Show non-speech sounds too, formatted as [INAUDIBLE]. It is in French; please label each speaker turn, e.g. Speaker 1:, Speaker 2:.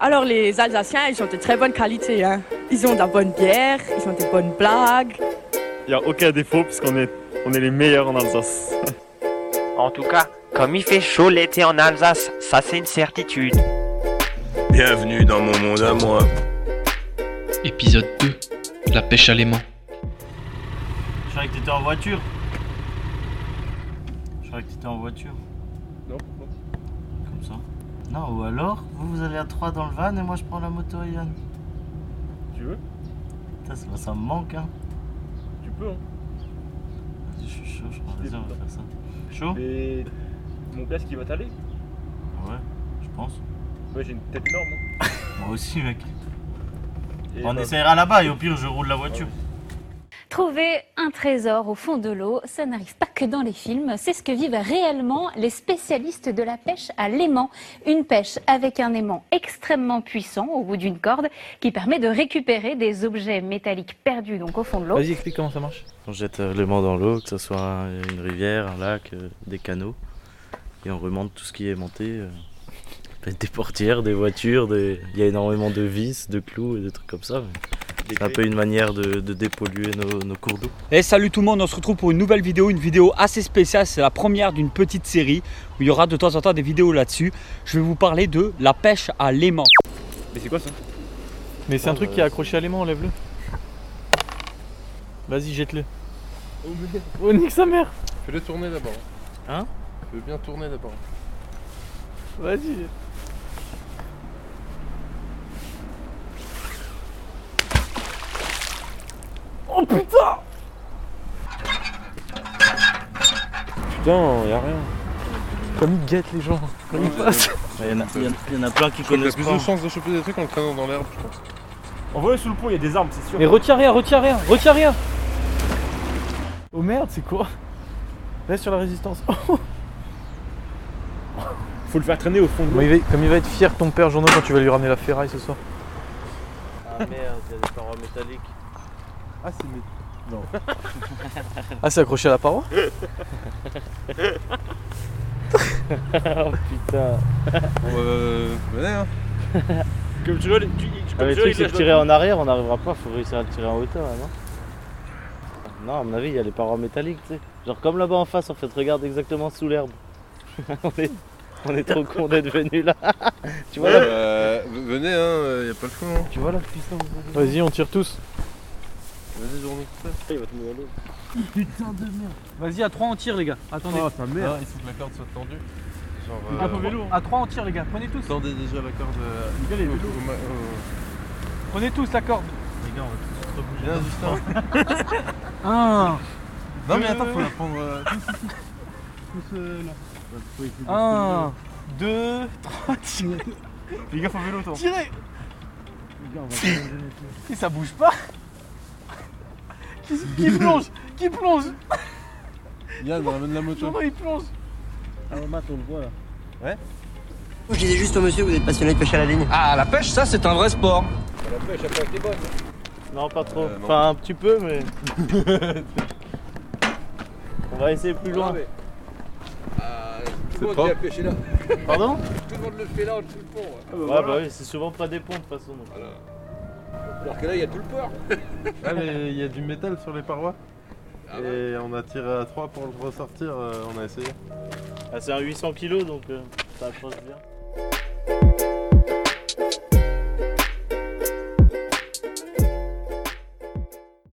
Speaker 1: Alors les Alsaciens, ils ont de très bonnes qualités. Hein. Ils ont de la bonne bière, ils ont des bonnes blagues.
Speaker 2: Il n'y a aucun défaut puisqu'on est, on est les meilleurs en Alsace.
Speaker 3: En tout cas, comme il fait chaud l'été en Alsace, ça c'est une certitude.
Speaker 4: Bienvenue dans mon monde à moi.
Speaker 5: Épisode 2 La pêche à l'aimant.
Speaker 6: Je croyais que t'étais en voiture. Je croyais que t'étais en voiture.
Speaker 2: Non,
Speaker 6: Comme ça. Non, ou alors, vous, vous allez à 3 dans le van et moi je prends la moto à Yann.
Speaker 2: Tu veux
Speaker 6: Putain, ça, ça me manque, hein.
Speaker 2: Tu peux, hein.
Speaker 6: Vas-y, je suis chaud, je crois.
Speaker 2: Je
Speaker 6: Vas-y, on va
Speaker 2: débute.
Speaker 6: faire ça. Chaud
Speaker 2: Mais mon casque il va t'aller.
Speaker 6: Ouais, je pense.
Speaker 2: Ouais, j'ai une tête énorme. hein.
Speaker 6: Moi aussi, mec.
Speaker 2: Et
Speaker 6: On
Speaker 2: bah,
Speaker 6: essaiera là-bas et au pire, je roule la voiture.
Speaker 7: Trouver un trésor au fond de l'eau, ça n'arrive pas que dans les films, c'est ce que vivent réellement les spécialistes de la pêche à l'aimant. Une pêche avec un aimant extrêmement puissant au bout d'une corde qui permet de récupérer des objets métalliques perdus donc au fond de l'eau.
Speaker 8: Vas-y, explique comment ça marche.
Speaker 9: On jette l'aimant dans l'eau, que ce soit une rivière, un lac, euh, des canaux. Et on remonte tout ce qui est aimanté. euh, peut-être des portières, des voitures, des... il y a énormément de vis, de clous et des trucs comme ça. mais
Speaker 2: des
Speaker 9: C'est un
Speaker 2: clés.
Speaker 9: peu une manière de, de dépolluer nos, nos cours d'eau.
Speaker 8: Et Eh, salut tout le monde, on se retrouve pour une nouvelle vidéo, une vidéo assez spéciale. C'est la première d'une petite série où il y aura de temps en temps des vidéos là-dessus. Je vais vous parler de la pêche à l'aimant.
Speaker 2: Mais c'est quoi ça
Speaker 10: Mais c'est un truc qui est accroché à l'aimant, enlève-le. Vas-y, jette-le. Oh nique sa mère
Speaker 11: Fais-le tourner d'abord.
Speaker 9: Hein
Speaker 11: Fais bien tourner d'abord.
Speaker 10: Vas-y. Oh putain
Speaker 2: Putain, y'a rien.
Speaker 10: Comme ils guettent les gens. Comme ils passent.
Speaker 9: Il y, en a- il y en a- il y en a plein qui
Speaker 11: Il a
Speaker 9: connaissent
Speaker 11: plus
Speaker 9: pas.
Speaker 11: de chances de choper des trucs en le traînant dans l'herbe, je pense.
Speaker 2: En vrai, sous le pont, il y a des armes, c'est sûr.
Speaker 10: Mais retiens rien, retiens rien, retiens rien Oh merde, c'est quoi Reste sur la résistance.
Speaker 2: Faut le faire traîner au fond de
Speaker 10: [LAUGHS]
Speaker 2: l'eau.
Speaker 10: Comme il, va, comme il va être fier ton père Journaux quand tu vas lui ramener la ferraille ce soir.
Speaker 9: Ah merde, il y a des parois [LAUGHS] métalliques.
Speaker 10: Ah c'est [LAUGHS] Non. ah c'est accroché à la paroi
Speaker 9: Oh,
Speaker 11: Bon, euh, venez, hein.
Speaker 2: Comme tu vois, les- tu, tu- comme Ah, tu vois, il lâche la-
Speaker 9: en arrière, on n'arrivera pas, faut réussir à le tirer en hauteur, non Non, à mon avis, il y a les parois métalliques, tu sais. Genre comme là-bas en face, en fait, regarde exactement sous l'herbe. [LAUGHS] on, est, trop con d'être venu là.
Speaker 11: Ah
Speaker 9: tu
Speaker 11: Euh, v- venez, hein, euh, y a pas le feu, hein.
Speaker 9: tu vois la puissance
Speaker 10: Vas-y on tire tous.
Speaker 11: Vas-y, journée.
Speaker 2: Il va tomber dans l'eau.
Speaker 8: Vas-y, à 3 on tire les gars. Attendez.
Speaker 10: Oh,
Speaker 11: Merde, il faut que la corde soit tendue. Genre, euh,
Speaker 8: Ah, À 3 on tire les gars. Prenez tous.
Speaker 11: Tendez déjà la corde. euh, au- au ma- au-
Speaker 8: Prenez tous la corde.
Speaker 11: Viens, Justin.
Speaker 8: 1,
Speaker 11: Non, mais attends, faut la prendre. euh,
Speaker 8: 1, 2, 3, tirez.
Speaker 2: Les gars, faut vélo, toi.
Speaker 8: Tirez Et ça bouge pas qui, qui plonge Qui plonge
Speaker 11: Yann, ramène la moto.
Speaker 8: Comment il plonge
Speaker 3: Je disais juste au monsieur, vous êtes passionné de pêche à la ligne.
Speaker 8: Ah, la pêche, ça c'est un vrai sport
Speaker 9: Non, pas trop.
Speaker 11: Euh, non.
Speaker 9: enfin, un petit peu,
Speaker 2: [LAUGHS]
Speaker 9: mais. on va essayer plus loin. Ah,
Speaker 11: C'est trop.
Speaker 9: Pardon Tout le monde le fait là, en dessous du pont. Ouais, bah oui, c'est souvent pas des ponts de toute façon. donc.
Speaker 11: Ah, mais il y a du métal sur les parois.
Speaker 9: Ah
Speaker 11: Et on a tiré à 3 pour le ressortir, euh, on a essayé.
Speaker 9: Ah, c'est un 800 kg donc euh, ça approche bien.